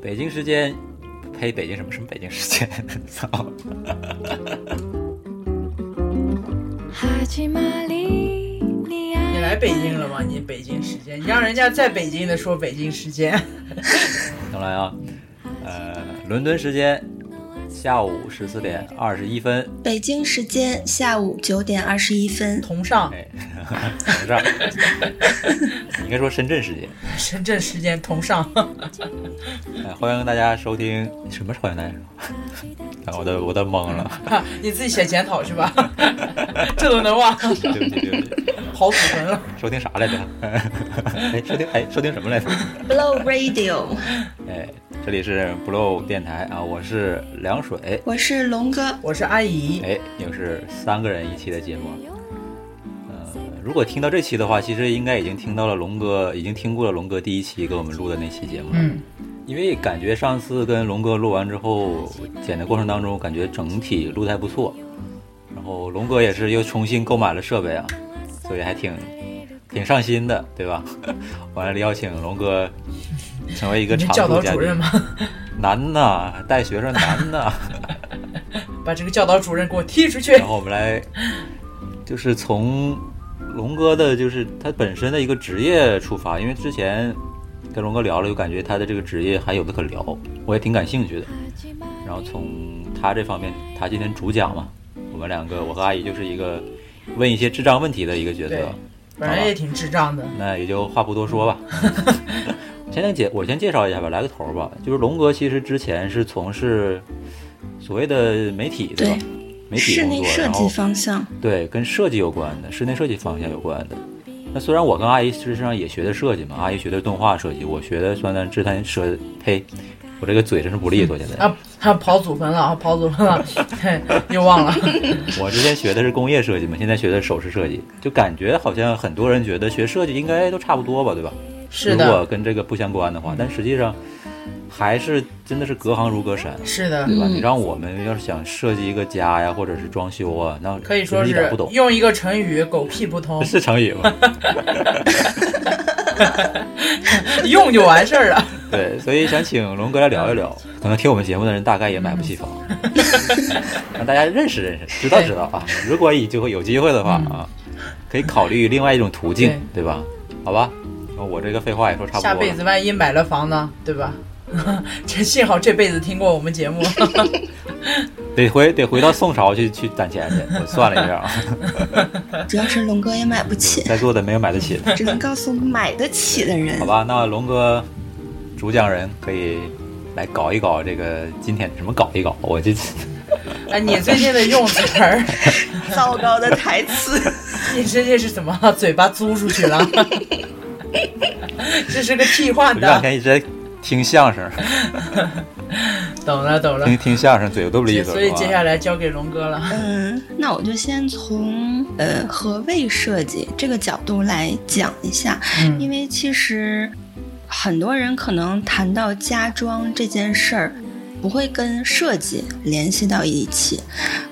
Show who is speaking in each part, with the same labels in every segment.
Speaker 1: 北京时间，呸，北京什么什么北京时间？ 操！
Speaker 2: 你来北京了吗？你北京时间，你让人家在北京的说北京时间。
Speaker 1: 等来啊，呃，伦敦时间下午十四点二十一分，
Speaker 3: 北京时间下午九点二十一分，
Speaker 2: 同上
Speaker 1: 哎，晚上， 你应该说深圳时间。
Speaker 2: 深圳时间同上，
Speaker 1: 哎，欢迎大家收听，什么是欢迎大家收听？啊，我都我都懵了，
Speaker 2: 你自己写检讨去吧， 这都能忘，
Speaker 1: 对不起对不起，
Speaker 2: 跑古坟了。
Speaker 1: 收听啥来着？ 哎，收听哎收听什么来着？
Speaker 3: Blow Radio，
Speaker 1: 哎，这里是 Blow 电台啊，我是凉水，
Speaker 3: 我是龙哥，
Speaker 2: 我是阿姨，
Speaker 1: 哎，又是三个人一期的节目。呃，如果听到这期的话，其实应该已经听到了龙哥，已经听过了龙哥第一期给我们录的那期节目。
Speaker 2: 嗯，
Speaker 1: 因为感觉上次跟龙哥录完之后，剪的过程当中，感觉整体录的还不错。然后龙哥也是又重新购买了设备啊，所以还挺挺上心的，对吧？ 完了，邀请龙哥成为一个
Speaker 2: 你是
Speaker 1: 常
Speaker 2: 教
Speaker 1: 驻
Speaker 2: 导
Speaker 1: 嘉
Speaker 2: 主
Speaker 1: 宾
Speaker 2: 任。吗？
Speaker 1: 难呐，带学生难呐。
Speaker 2: 把这个教导主任给我踢出去。
Speaker 1: 然后我们来，就是从龙哥的，就是他本身的一个职业出发，因为之前跟龙哥聊了，就感觉他的这个职业还有的可聊，我也挺感兴趣的。然后从他这方面，他今天主讲嘛，我们两个，我和阿姨就是一个问一些智障问题的一个角色
Speaker 2: 对。本人也挺智障的，
Speaker 1: 那也就话不多说吧。 先来介，我先介绍一下吧，来个头儿吧。就是龙哥其实之前是从事所谓的媒体，吧
Speaker 3: 对？
Speaker 1: 媒体
Speaker 3: 室
Speaker 1: 工
Speaker 3: 内
Speaker 1: 作，
Speaker 3: 设
Speaker 1: 然
Speaker 3: 计
Speaker 1: 后
Speaker 3: 方向，
Speaker 1: 对跟设计有关的，室内设计方向有关的。那虽然我跟阿姨事实上也学的设计嘛，阿姨学的是动画设计，我学的算算制片设，呸，哎我这个嘴真是不利索现在。
Speaker 2: 啊啊，跑祖坟了啊，跑祖坟了，嘿，又忘了。
Speaker 1: 我之前学的是工业设计嘛，现在学的是首饰设计，就感觉好像很多人觉得学设计应该都差不多吧，对吧？
Speaker 2: 是
Speaker 1: 如果
Speaker 2: 的，
Speaker 1: 跟这个不相关的话，但实际上还是真的是隔行如隔山，
Speaker 2: 是的，
Speaker 1: 对吧？
Speaker 3: 嗯
Speaker 1: 你让我们要是想设计一个家呀，或者是装修啊，那
Speaker 2: 可以说
Speaker 1: 真是一点
Speaker 2: 是
Speaker 1: 不懂，
Speaker 2: 用一个成语“狗屁不通
Speaker 1: 是成语吗？”，
Speaker 2: 用就完事儿了。
Speaker 1: 对，所以想请龙哥来聊一聊，
Speaker 2: 嗯
Speaker 1: 可能听我们节目的人大概也买不起房， 让大家认识认识，知道知道啊。
Speaker 2: 嗯
Speaker 1: 如果以就会有机会的话啊，可以考虑另外一种途径，对吧？好吧，我这个废话也说差
Speaker 2: 下
Speaker 1: 不多
Speaker 2: 辈
Speaker 1: 了
Speaker 2: 子。万一买了房呢，对吧？ 这幸好这辈子听过我们节目，
Speaker 1: 得回得回到宋朝去去攒钱去。 我算了一下啊，
Speaker 3: 主要是龙哥也买不 起，
Speaker 1: 在座的没有买得起的，
Speaker 3: 只能告诉买得起的人
Speaker 1: 好。吧？那龙哥，主讲人可以来搞一搞这个今天什么搞一搞，我这
Speaker 2: 哎，你最近的用词儿，
Speaker 3: 糟糕的台 词，
Speaker 2: 你这这是怎么了？嘴巴租出去了？ 这是个替换
Speaker 1: 我这两
Speaker 2: 的，
Speaker 1: 天一直在听相 声，
Speaker 2: 懂了懂了。
Speaker 1: 听听相声，嘴都不利索。
Speaker 2: 所以接下
Speaker 1: 来
Speaker 2: 来交给龙哥了。
Speaker 3: 嗯，那我就先从呃何谓设计这个角度来讲一下，因
Speaker 2: 嗯
Speaker 3: 为其实很多人可能谈到家装这件事儿，不会跟设计联系到一起，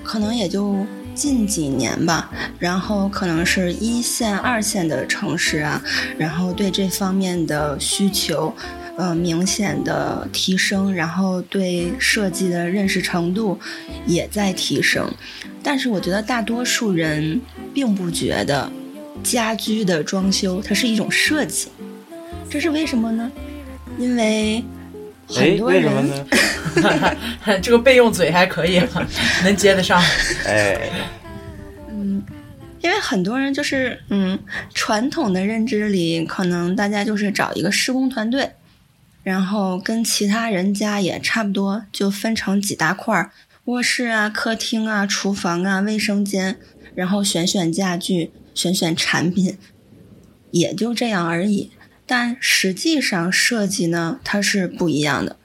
Speaker 3: 可能也就近几年吧。然后可能是一线、二线的城市啊，然后对这方面的需求。呃，明显的提升，然后对设计的认识程度也在提升，但是我觉得大多数人并不觉得家居的装修，它是一种设计，这是为什么呢？因为
Speaker 1: 哎
Speaker 3: 很，多
Speaker 1: 为
Speaker 3: 人
Speaker 1: 什么呢？
Speaker 2: 这个备用嘴还可以，啊 能接得上。
Speaker 1: 哎，
Speaker 3: 因为很多人就是，嗯，传统的认知里，可能大家就是找一个施工团队，然后跟其他人家也差不多，就分成几大块儿，卧室啊、客厅啊、厨房啊、卫生间，然后选选家具，选选产品，也就这样而已。但实际上设计呢，它是不一样的。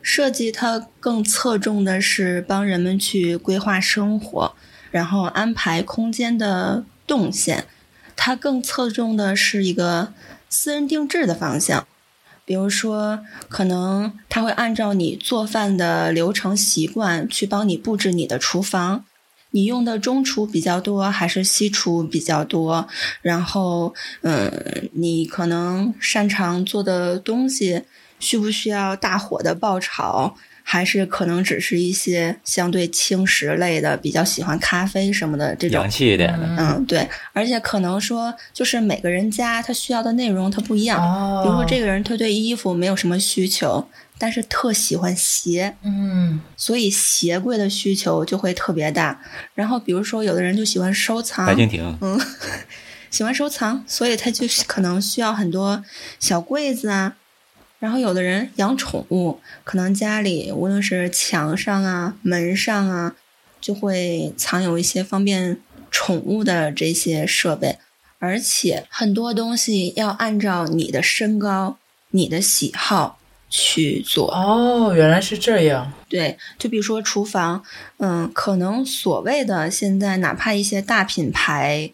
Speaker 3: 设计它更侧重的是帮人们去规划生活，然后安排空间的动线。它更侧重的是一个私人定制的方向，比如说，可能它会按照你做饭的流程习惯去帮你布置你的厨房。你用的中厨比较多还是西厨比较多？然后，嗯，你可能擅长做的东西需不需要大火的爆炒，还是可能只是一些相对轻食类的，比较喜欢咖啡什么的这种
Speaker 1: 洋。气一点的，
Speaker 3: 嗯，对，而且可能说，就是每个人家他需要的内容它不一样。
Speaker 2: 哦，
Speaker 3: 比如说，这个人他对衣服没有什么需求，但是特喜欢鞋，
Speaker 2: 嗯
Speaker 3: 所以鞋柜的需求就会特别大。然后，比如说，有的人就喜欢收藏，
Speaker 1: 白敬亭，
Speaker 3: 嗯，喜欢收藏，所以他就是可能需要很多小柜子啊。然后有的人养宠物，可能家里无论是墙上啊、门上啊，就会藏有一些方便宠物的这些设备。而且很多东西要按照你的身高、你的喜好去做。
Speaker 2: 哦，原来是这样，
Speaker 3: 对，就比如说厨房，嗯，可能所谓的现在哪怕一些大品牌，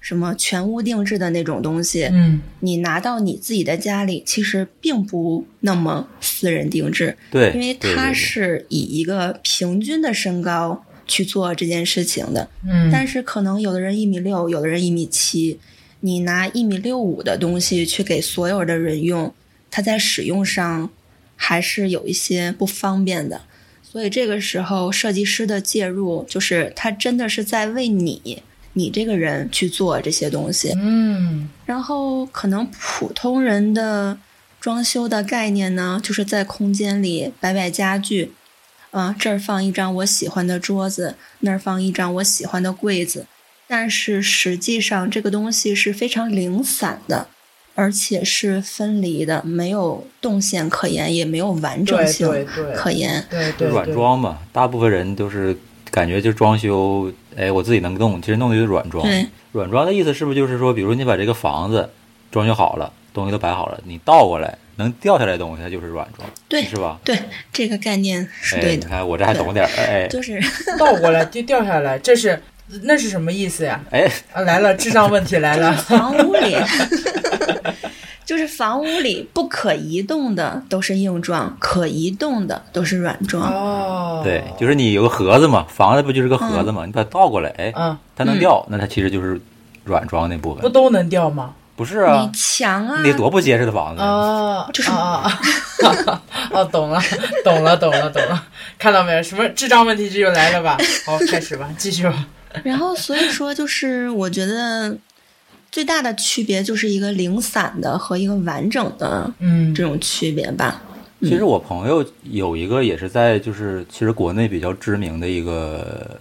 Speaker 3: 什么全屋定制的那种东西，
Speaker 2: 嗯
Speaker 3: 你拿到你自己的家里，其实并不那么私人定制，
Speaker 1: 对，
Speaker 3: 因为
Speaker 1: 对
Speaker 3: 它
Speaker 1: 对
Speaker 3: 是以一个平均的身高去做这件事情的。
Speaker 2: 嗯，
Speaker 3: 但是可能有的人一米六，有的人一米七，你拿一米六五的东西去给所有的人用，它在使用上还是有一些不方便的。所以这个时候，设计师的介入就是他真的是在为你，你这个人去做这些东西。
Speaker 2: 嗯
Speaker 3: 然后可能普通人的装修的概念呢，就是在空间里摆摆家具，啊、这儿放一张我喜欢的桌子，那儿放一张我喜欢的柜子。但是实际上，这个东西是非常零散的，而且是分离的，没有动线可言，也没有完整
Speaker 2: 对
Speaker 3: 性
Speaker 2: 对对
Speaker 3: 可言。
Speaker 1: 就
Speaker 2: 对对
Speaker 1: 软
Speaker 2: 对
Speaker 1: 装嘛，大部分人都是感觉就装修，哎，我自己能动，其实弄的就是软装。
Speaker 3: 对
Speaker 1: 软装的意思是不是就是说，比如你把这个房子装修好了，东西都摆好了，你倒过来能掉下来的东西，它就是软装，
Speaker 3: 对
Speaker 1: 是吧？
Speaker 3: 对，这个概念是
Speaker 1: 哎，
Speaker 3: 对
Speaker 1: 你
Speaker 3: 的，
Speaker 1: 看我这还懂点儿，哎
Speaker 3: 就是
Speaker 2: 倒过来就掉下来，这是那是什么意思呀？
Speaker 1: 哎，
Speaker 2: 啊，来了，智障问题来
Speaker 3: 就是
Speaker 2: 了。
Speaker 3: 房屋里，就是房屋里不可移动的都是硬装，可移动的都是软装。
Speaker 2: 哦，
Speaker 1: 对，就是你有个盒子嘛，房子不就是个盒
Speaker 3: 嗯
Speaker 1: 子嘛，你把它倒过来，哎，
Speaker 2: 啊，
Speaker 1: 它能掉，那它其实就是软装那部
Speaker 2: 不
Speaker 1: 分，
Speaker 2: 都能掉吗？
Speaker 1: 不是啊
Speaker 3: 你？墙啊
Speaker 1: 你，得多不结实的
Speaker 3: 哦
Speaker 1: 房子，
Speaker 2: 啊，
Speaker 3: 就是
Speaker 2: 啊啊，啊 哦，懂了，懂了，懂了，懂了，看到没有？什么智障问题这就来 了吧？好，开始吧，继续吧。
Speaker 3: 然后所以说就是我觉得最大的区别就是一个零散的和一个完整的
Speaker 2: 嗯
Speaker 3: 这种区别吧。
Speaker 1: 其实我朋友有一个也是在，就是其实国内比较知名的一个，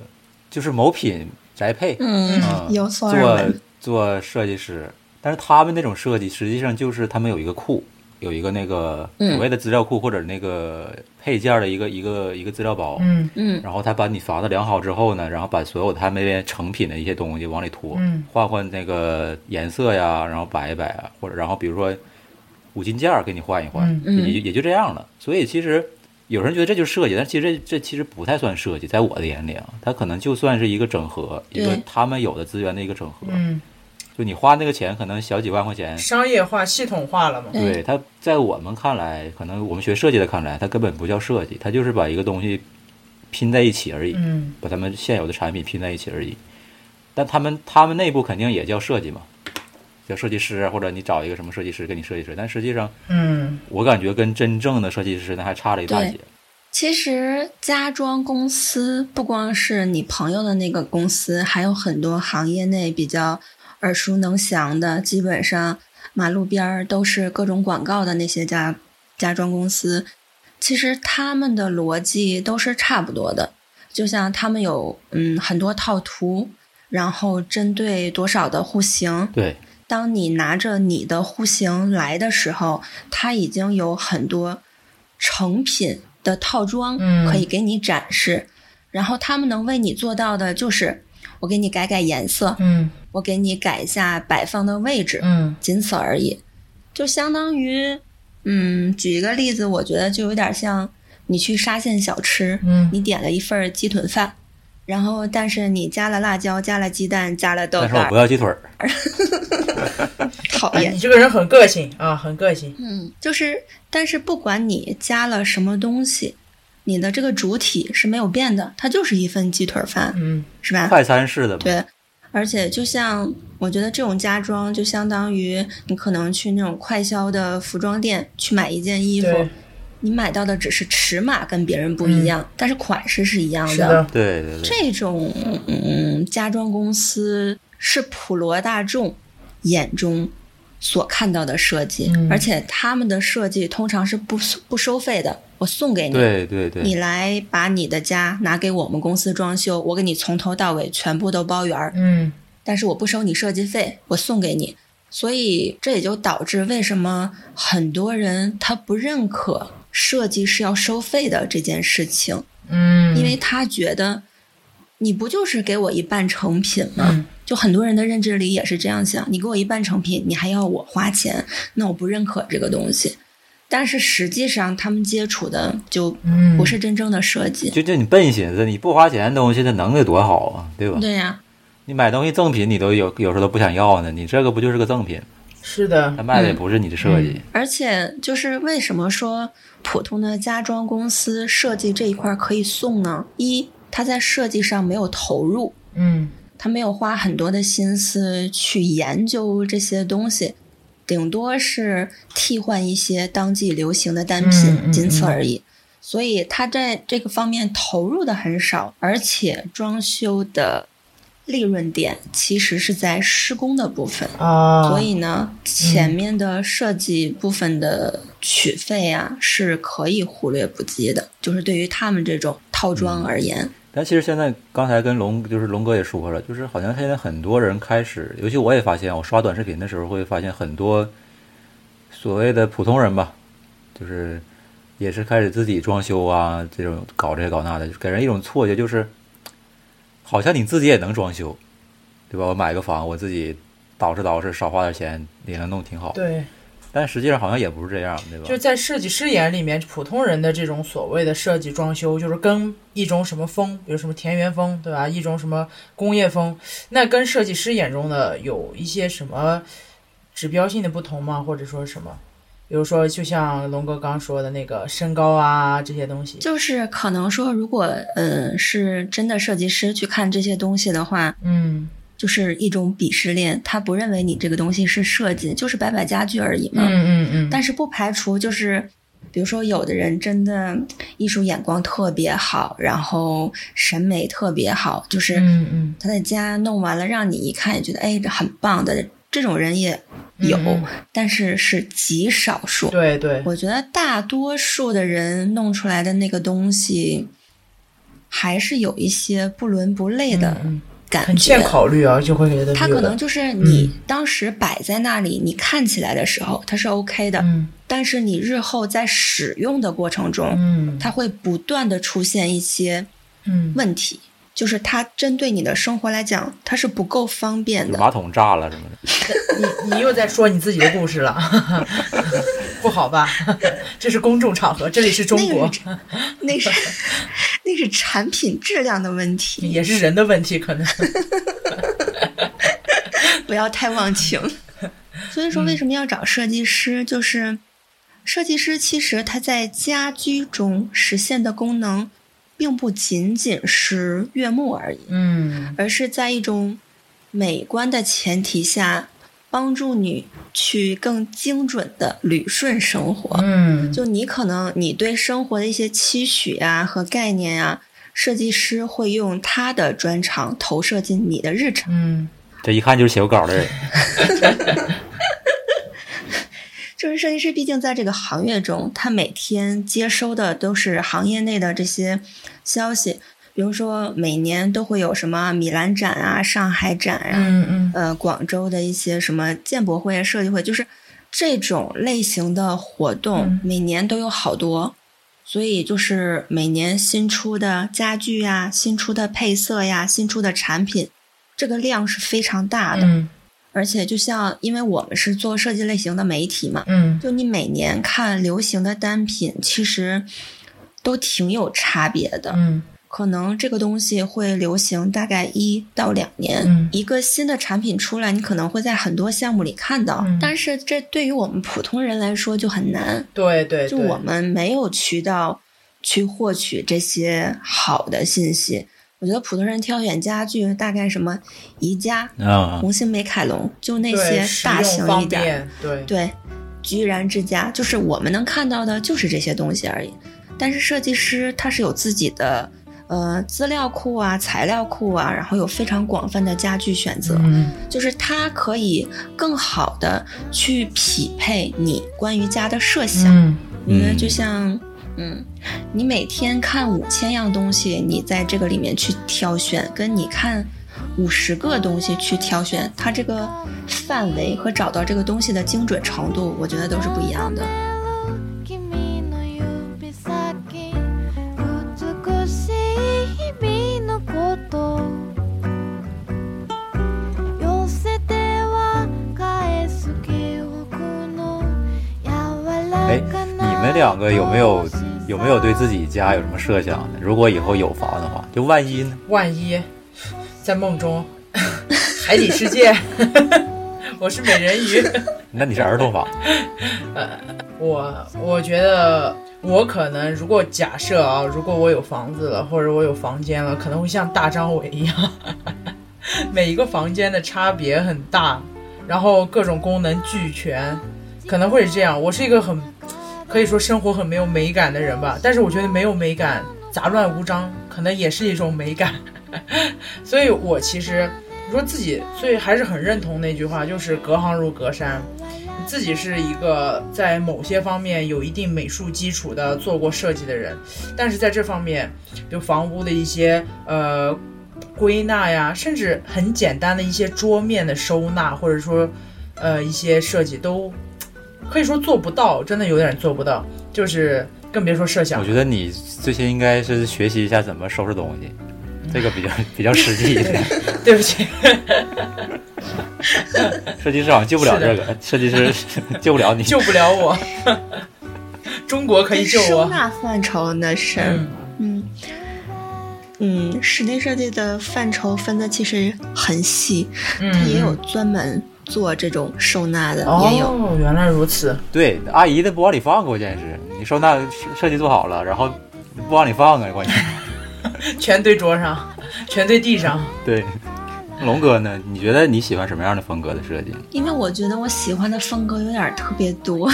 Speaker 1: 就是某品宅配，
Speaker 3: 嗯
Speaker 1: 嗯
Speaker 3: 有所耳
Speaker 1: 做
Speaker 3: 闻。
Speaker 1: 做设计师，但是他们那种设计实际上就是他们有一个库，有一个那个
Speaker 3: 嗯
Speaker 1: 所谓的资料库或者那个配件的一个一个一个资料包，
Speaker 2: 嗯
Speaker 3: 嗯，
Speaker 1: 然后他把你房子量好之后呢，然后把所有他们那边成品的一些东西往里拖，
Speaker 2: 嗯
Speaker 1: 换换那个颜色呀，然后摆一摆啊，或者然后比如说五金件儿给你换一换，
Speaker 2: 嗯
Speaker 3: 嗯
Speaker 1: 也就也就这样了。所以其实有人觉得这就是设计，但其实这这其实不太算设计，在我的眼里啊，它可能就算是一个整合，一
Speaker 3: 对
Speaker 1: 个他们有的资源的一个整合。
Speaker 2: 嗯，
Speaker 1: 就你花那个钱，可能小几万块钱。
Speaker 2: 商业化、系统化了嘛？
Speaker 3: 对
Speaker 1: 对它，在我们看来，可能我们学设计的看来，它根本不叫设计，它就是把一个东西拼在一起而已。
Speaker 2: 嗯
Speaker 1: 把他们现有的产品拼在一起而已。但他们他们内部肯定也叫设计嘛，叫设计师啊，或者你找一个什么设计师给你设计师。但实际上，
Speaker 2: 嗯
Speaker 1: 我感觉跟真正的设计师那还差了一大截。
Speaker 3: 其实家装公司不光是你朋友的那个公司，还有很多行业内比较耳熟能详的，基本上马路边儿都是各种广告的那些家家装公司，其实他们的逻辑都是差不多的。就像他们有嗯很多套图，然后针对多少的户型，
Speaker 1: 对，
Speaker 3: 当你拿着你的户型来的时候，它已经有很多成品的套装
Speaker 2: 嗯
Speaker 3: 可以给你展示，然后他们能为你做到的就是，我给你改改颜色，
Speaker 2: 嗯
Speaker 3: 我给你改一下摆放的位置，
Speaker 2: 嗯
Speaker 3: 仅此而已。就相当于，嗯，举一个例子，我觉得就有点像你去沙县小吃，
Speaker 2: 嗯
Speaker 3: 你点了一份鸡腿饭，然后但是你加了辣椒，加了鸡蛋，加了豆
Speaker 1: 但是我
Speaker 3: 瓣
Speaker 1: 不
Speaker 3: 儿，
Speaker 1: 要鸡腿儿，
Speaker 3: 讨
Speaker 2: 哎，
Speaker 3: 厌
Speaker 2: 你。这个人很个性啊，很个性。
Speaker 3: 嗯，就是，但是不管你加了什么东西，你的这个主体是没有变的，它就是一份鸡腿饭，
Speaker 2: 嗯
Speaker 3: 是吧？
Speaker 1: 快餐式的嘛。
Speaker 3: 对，而且就像我觉得这种家装就相当于你可能去那种快销的服装店去买一件衣服，
Speaker 2: 对，嗯
Speaker 3: 你买到的只是尺码跟别人不一样，但是款式是一啊样
Speaker 2: 是的，
Speaker 1: 对对对，
Speaker 3: 这种嗯家装公司是普罗大众眼中所看到的设计，
Speaker 2: 嗯
Speaker 3: 而且他们的设计通常是不不收费的，我送给你。
Speaker 1: 对对
Speaker 3: 你
Speaker 1: 对，
Speaker 3: 来把你的家拿给我们公司装修，我给你从头到尾全部都包圆儿，
Speaker 2: 嗯，
Speaker 3: 但是我不收你设计费，我送给你。所以这也就导致为什么很多人他不认可设计是要收费的这件事情。
Speaker 2: 嗯，
Speaker 3: 因为他觉得你不就是给我一半成品吗？
Speaker 2: 嗯
Speaker 3: 就很多人的认知里也是这样想，你给我一半成品，你还要我花钱，那我不认可这个东西。但是实际上，他们接触的就
Speaker 2: 嗯
Speaker 3: 不是真正的设计。
Speaker 1: 就就你笨寻思，你不花钱的东西，它能有多好啊，对
Speaker 2: 嗯
Speaker 1: 吧？
Speaker 3: 对呀、
Speaker 1: 你买东西赠品，你都有有时候都不想要呢，你这个不就是个赠品？
Speaker 2: 是的
Speaker 1: 它，卖的也不是你的设计，
Speaker 3: 而且就是为什么说普通的家装公司设计这一块可以送呢？一，他在设计上没有投入，
Speaker 2: 嗯
Speaker 3: 他没有花很多的心思去研究这些东西，顶多是替换一些当季流行的单品，
Speaker 2: 嗯嗯
Speaker 3: 仅此而已。所以他在这个方面投入的很少，而且装修的利润点其实是在施工的部分。
Speaker 2: 啊，
Speaker 3: 所以呢，前面的设计部分的取费啊、是可以忽略不计的，就是对于他们这种套
Speaker 2: 嗯
Speaker 3: 装而言，
Speaker 1: 但其实现在刚才跟龙就是龙哥也说了，就是好像现在很多人开始，尤其我也发现，我刷短视频的时候会发现很多所谓的普通人吧，就是也是开始自己装修啊，这种搞这搞那的，给人一种错觉，就是好像你自己也能装修，对吧？我买个房，我自己捯饬捯饬，少花点钱也能弄挺好。
Speaker 2: 对，
Speaker 1: 但实际上好像也不是这样，对吧？
Speaker 2: 就是在设计师眼里面，普通人的这种所谓的设计装修，就是跟一种什么风，比如什么田园风，对吧？一种什么工业风，那跟设计师眼中的有一些什么指标性的不同吗？或者说什么？比如说，就像龙哥刚说的那个身高啊这些东西，
Speaker 3: 就是可能说，如果呃是真的设计师去看这些东西的话，
Speaker 2: 嗯
Speaker 3: 就是一种鄙视链，他不认为你这个东西是设计，就是摆摆家具而已嘛。
Speaker 2: 嗯嗯嗯，
Speaker 3: 但是不排除就是，比如说有的人真的艺术眼光特别好，然后审美特别好，就是
Speaker 2: 嗯嗯
Speaker 3: 他在家弄完了，让你一看也觉得哎这很棒的，这种人也有，
Speaker 2: 嗯嗯
Speaker 3: 但是是极少数。
Speaker 2: 对对，
Speaker 3: 我觉得大多数的人弄出来的那个东西，还是有一些不伦不类的
Speaker 2: 嗯
Speaker 3: 感
Speaker 2: 很欠
Speaker 3: 觉。
Speaker 2: 考虑啊，就会觉得
Speaker 3: 它
Speaker 2: 有
Speaker 3: 可
Speaker 2: 的嗯
Speaker 3: 能就是你当时摆在那里，你看起来的时候它是 OK 的，
Speaker 2: 嗯
Speaker 3: 但是你日后在使用的过程中，
Speaker 2: 嗯
Speaker 3: 它会不断的出现一些
Speaker 2: 嗯
Speaker 3: 问题，就是它针对你的生活来讲，它是不够方便
Speaker 1: 就是
Speaker 3: 的。
Speaker 1: 马桶炸了什么的，
Speaker 2: 你你又在说你自己的故事了，不好吧？这是公众场合，这里是中国
Speaker 3: 那个，是那是 那是产品质量的 问题，
Speaker 2: 也是人的问题，可能。
Speaker 3: 不要太忘情。 所以说，为什么要找设计师？就是设计师其实他在家居中实现的功能，并不仅仅是悦目而已，
Speaker 2: 嗯
Speaker 3: 而是在一种美观的前提下，帮助你去更精准的捋顺生活。
Speaker 2: 嗯
Speaker 3: 就你可能你对生活的一些期许啊和概念啊，设计师会用他的专长投射进你的日常。
Speaker 2: 嗯
Speaker 1: 这一看就是写过稿的人。
Speaker 3: 就是设计师，毕竟在这个行业中，他每天接收的都是行业内的这些消息，比如说每年都会有什么米兰展啊、上海展啊，
Speaker 2: 嗯嗯
Speaker 3: 呃，广州的一些什么建博会、啊、设计会，就是这种类型的活动
Speaker 2: 嗯，
Speaker 3: 每年都有好多。所以就是每年新出的家具呀、新出的配色呀、新出的产品，这个量是非常大的。
Speaker 2: 嗯
Speaker 3: 而且就像，因为我们是做设计类型的媒体嘛，
Speaker 2: 嗯
Speaker 3: 就你每年看流行的单品，其实都挺有差别的。
Speaker 2: 嗯
Speaker 3: 可能这个东西会流行大概一到两年，
Speaker 2: 嗯
Speaker 3: 一个新的产品出来，你可能会在很多项目里看到，
Speaker 2: 嗯
Speaker 3: 但是这对于我们普通人来说就很难，
Speaker 2: 对对
Speaker 3: 就
Speaker 2: 对
Speaker 3: 我们没有渠道去获取这些好的信息，我觉得普通人挑选家具，大概什么宜家、
Speaker 1: 啊，
Speaker 3: 红星美凯龙，就那
Speaker 2: 对
Speaker 3: 些
Speaker 2: 实
Speaker 3: 大
Speaker 2: 用
Speaker 3: 型一
Speaker 2: 方
Speaker 3: 点儿，
Speaker 2: 便，对
Speaker 3: 对，居然之家，就是我们能看到的就是这些东西而已。但是设计师他是有自己的呃资料库啊、材料库啊，然后有非常广泛的家具选择，
Speaker 2: 嗯，
Speaker 3: 就是他可以更好的去匹配你关于家的设想。
Speaker 2: 嗯
Speaker 3: 我觉得就
Speaker 1: 嗯
Speaker 3: 像，嗯，你每天看五千样东西，你在这个里面去挑选，跟你看五十个东西去挑选，它这个范围和找到这个东西的精准程度，我觉得都是不一样的。
Speaker 4: 君の指先美しい日々のこと寄せては返す記憶の柔
Speaker 1: 哎
Speaker 4: ら，か
Speaker 1: 你
Speaker 4: な
Speaker 1: 们两个有没有有没有对自己家有什么设想呢？如果以后有房的话，就万一呢？
Speaker 2: 万一在梦中海底世界，我是美人鱼。
Speaker 1: 那你是儿童房，
Speaker 2: 我我觉得我可能如果假设啊，如果我有房子了，或者我有房间了，可能会像大张伟一样， 每一个房间的差别很大，然后各种功能俱全，可能会是这样。我是一个很可以说生活很没有美感的人吧，但是我觉得没有美感，杂乱无章，可能也是一种美感。所以我其实你说自己，所以还是很认同那句话，就是隔行如隔山。你自己是一个在某些方面有一定美术基础的做过设计的人，但是在这方面，比如房屋的一些呃归纳呀，甚至很简单的一些桌面的收纳，或者说呃一些设计都可以说做不到，真的有点做不到，就是更别说设想
Speaker 1: 我。觉得你最先应该是学习一下怎么收拾东西，
Speaker 2: 嗯
Speaker 1: 这个比较比较实际一 点。
Speaker 2: 对不起，
Speaker 1: 设计师好像救不了
Speaker 2: 是的
Speaker 1: 这个，设计师救不了你。
Speaker 2: 救不了我，中国可以救
Speaker 3: 收
Speaker 2: 我。
Speaker 3: 纳范畴呢是，
Speaker 2: 嗯，
Speaker 3: 嗯嗯，室内设计的范畴分的其实很细，它
Speaker 2: 嗯，
Speaker 3: 也有专门做这种收纳的，也有。
Speaker 2: 哦，原来如此。
Speaker 1: 对，阿姨的不往里放关键是你收纳设设计做好了，然后不往里放啊，关 键。
Speaker 2: 全堆桌上， 全堆地上。
Speaker 1: 对，龙哥呢？你觉得你喜欢什么样的风格的设计？
Speaker 3: 因为我觉得我喜欢的风格有点儿特别多，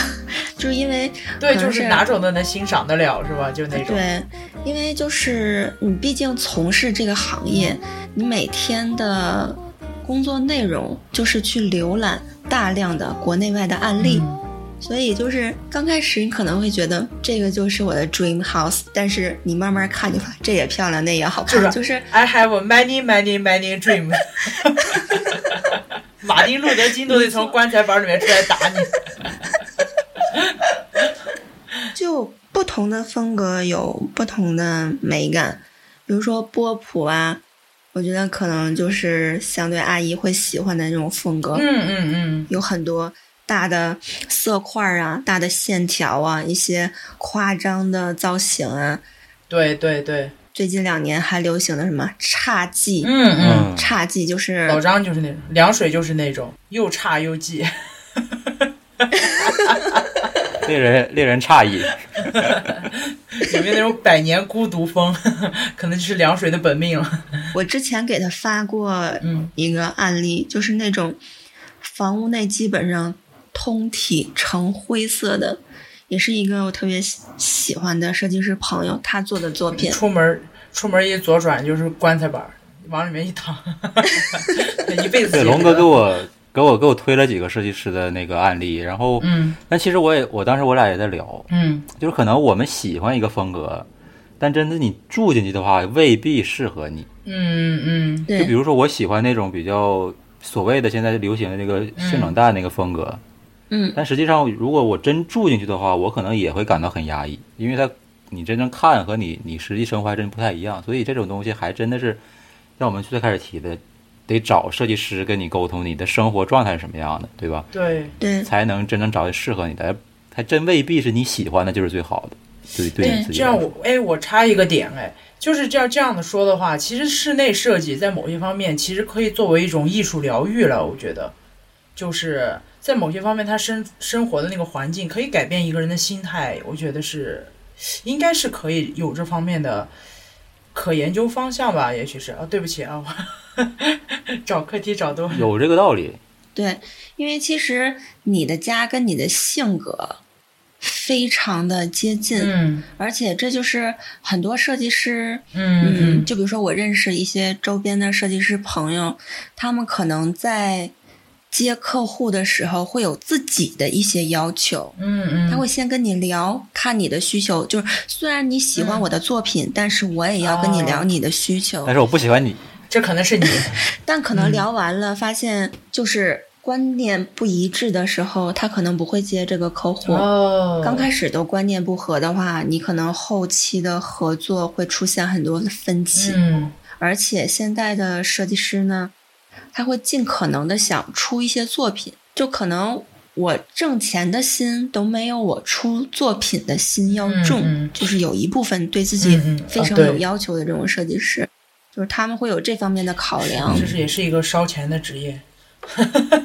Speaker 3: 就是因为
Speaker 2: 对，
Speaker 3: 可能
Speaker 2: 就是
Speaker 3: 是
Speaker 2: 哪种都能欣赏得了，是吧？就那种。
Speaker 3: 对，因为就是你毕竟从事这个行业，你每天的工作内容就是去浏览大量的国内外的案例，
Speaker 2: 嗯
Speaker 3: 所以就是刚开始你可能会觉得这个就是我的 dream house，但是你慢慢看，你发现这也漂亮，那也好看，
Speaker 2: 就是
Speaker 3: 就是
Speaker 2: I have a many many many dream。马丁路德金都得从棺材板里面出来打你。
Speaker 3: 就不同的风格有不同的美感，比如说波普啊，我觉得可能就是相对阿姨会喜欢的那种风格，
Speaker 2: 嗯嗯嗯，
Speaker 3: 有很多大的色块儿啊、大的线条啊、一些夸张的造型啊。
Speaker 2: 对对对，
Speaker 3: 最近两年还流行的什么侘寂，
Speaker 2: 嗯嗯。
Speaker 1: 嗯，
Speaker 3: 侘寂就是
Speaker 2: 老张就是那种，凉水就是那种又差又 寂，
Speaker 1: 令人令人诧异。
Speaker 2: 有没有那种百年孤独风？ 可能就是凉水的本命了。
Speaker 3: 我之前给他发过
Speaker 2: 嗯
Speaker 3: 一个案例，就是那种房屋内基本上通体呈灰色的，也是一个我特别喜喜欢的设计师朋友他做的作
Speaker 1: 嗯
Speaker 3: 品。
Speaker 2: 出门出门一左转就是棺材板儿，往里面一躺，一辈子
Speaker 1: 对，
Speaker 2: 解
Speaker 1: 龙哥
Speaker 2: 决了
Speaker 1: 给我给我给我推了几个设计师的那个案例，然后，
Speaker 2: 嗯
Speaker 1: 但其实我也我当时我俩也在聊，
Speaker 2: 嗯，
Speaker 1: 就是可能我们喜欢一个风格，但真的你住进去的话，未必适合你。
Speaker 2: 嗯嗯
Speaker 1: 就比
Speaker 3: 对，
Speaker 1: 如说我喜欢那种比较所谓的现在流行的那个性冷淡那个风格，
Speaker 3: 嗯，
Speaker 1: 但实际上如果我真住进去的话，我可能也会感到很压抑，因为它你真正看和你你实际生活还真不太一样，所以这种东西还真的是像我们最开始提的，得找设计师跟你沟通你的生活状态是什么样的，对吧？
Speaker 2: 对。
Speaker 3: 对，
Speaker 1: 才能真正找适合你的，还真未必是你喜欢的就是最好的，对对你自己
Speaker 2: 这
Speaker 1: 来
Speaker 2: 样
Speaker 1: 说。
Speaker 2: 我哎，我插一个点哎，就是这样这样的说的话，其实室内设计在某些方面其实可以作为一种艺术疗愈了，我觉得，就是在某些方面，他生生活的那个环境可以改变一个人的心态，我觉得是应该是可以有这方面的。可研究方向吧，也许是啊，对不起啊， 我找课题找多了。
Speaker 1: 有这个道理。
Speaker 3: 对，因为其实你的家跟你的性格非常的接近，
Speaker 2: 嗯
Speaker 3: 而且这就是很多设计师，
Speaker 2: 嗯嗯
Speaker 3: 就比如说我认识一些周边的设计师朋友，他们可能在接客户的时候会有自己的一些要求，
Speaker 2: 嗯嗯，
Speaker 3: 他会先跟你聊，看你的需求，就是虽然你喜
Speaker 2: 嗯
Speaker 3: 欢我的作品，但是我也要跟你
Speaker 2: 哦
Speaker 3: 聊你的需求，
Speaker 1: 但是我不喜欢你，
Speaker 2: 嗯这可能是你，
Speaker 3: 但可能
Speaker 2: 哎嗯
Speaker 3: 聊完了，发现就是观念不一致的时候，他可能不会接这个客户。
Speaker 2: 哦，
Speaker 3: 刚开始都观念不合的话，你可能后期的合作会出现很多的分歧。
Speaker 2: 嗯
Speaker 3: 而且现在的设计师呢，他会尽可能的想出一些作品，就可能我挣钱的心都没有我出作品的心要重，
Speaker 2: 嗯嗯
Speaker 3: 就是有一部分对自己
Speaker 2: 嗯嗯
Speaker 3: 非常
Speaker 2: 啊对
Speaker 3: 有要求的这种设计师，就是他们会有这方面的考量。
Speaker 2: 这是也是一个烧钱的职业，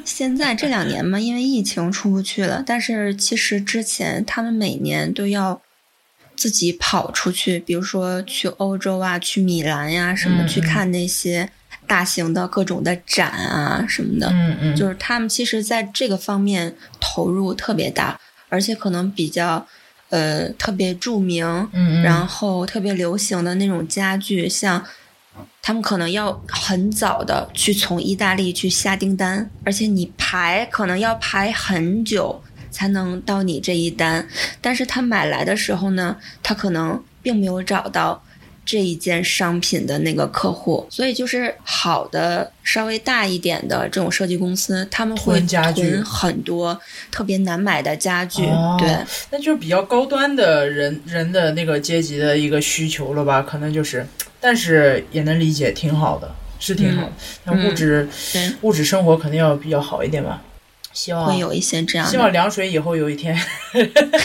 Speaker 3: 现在这两年嘛，因为疫情出不去了，但是其实之前他们每年都要自己跑出去，比如说去欧洲啊，去米兰呀、什么，
Speaker 2: 嗯
Speaker 3: 去看那些大型的各种的展啊什么的。
Speaker 2: 嗯嗯，
Speaker 3: 就是他们其实在这个方面投入特别大，而且可能比较呃特别著名，
Speaker 2: 嗯嗯，
Speaker 3: 然后特别流行的那种家具，像他们可能要很早的去从意大利去下订单，而且你排可能要排很久才能到你这一单。但是他买来的时候呢，他可能并没有找到这一件商品的那个客户，所以就是好的稍微大一点的这种设计公司，他们会
Speaker 2: 囤家具
Speaker 3: 囤很多特别难买的家具，
Speaker 2: 哦
Speaker 3: 对。
Speaker 2: 那就是比较高端的人人的那个阶级的一个需求了吧？可能就是，但是也能理解，挺好的，是挺好的。那、
Speaker 3: 嗯
Speaker 2: 物质、
Speaker 3: 对
Speaker 2: 物质生活肯定要比较好一点吧？希望
Speaker 3: 会有一些这样的，
Speaker 2: 希望凉水以后有一天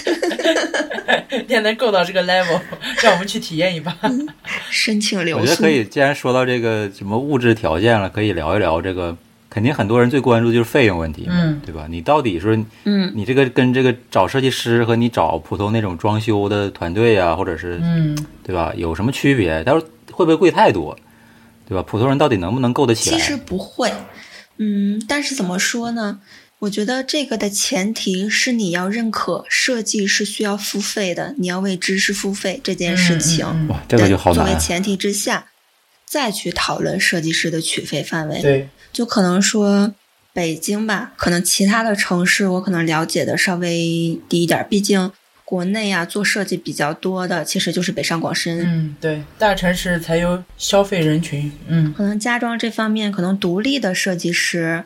Speaker 2: 也能够到这个 level，让我 们去体验一把。
Speaker 3: 申请留
Speaker 1: 我
Speaker 3: 宿。
Speaker 1: 觉得可以。既然说到这个什么物质条件了，可以聊一聊这个。肯定很多人最关注就是费用问题嘛，
Speaker 2: 嗯
Speaker 1: 对吧？你到底是
Speaker 3: 嗯，
Speaker 1: 你这个跟这个找设计师和你找普通那种装修的团队啊，或者是
Speaker 2: 嗯，
Speaker 1: 对吧，有什么区别？但是会不会贵太多？对吧？普通人到底能不能够得起
Speaker 3: 其
Speaker 1: 来？
Speaker 3: 实不会，嗯，但是怎么说呢？我觉得这个的前提是你要认可设计是需要付费的，你要为知识付费这件事情，
Speaker 2: 嗯嗯
Speaker 1: 哇，这个
Speaker 3: 对
Speaker 1: 就好难、
Speaker 3: 作为
Speaker 1: 啊。
Speaker 3: 前提之下，再去讨论设计师的取费范围
Speaker 2: 嗯。对，
Speaker 3: 就可能说北京吧，可能其他的城市我可能了解的稍微低一点，毕竟国内啊做设计比较多的其实就是北上广深。
Speaker 2: 嗯对，大城市才有消费人群。嗯
Speaker 3: 可能家装这方面，可能独立的设计师，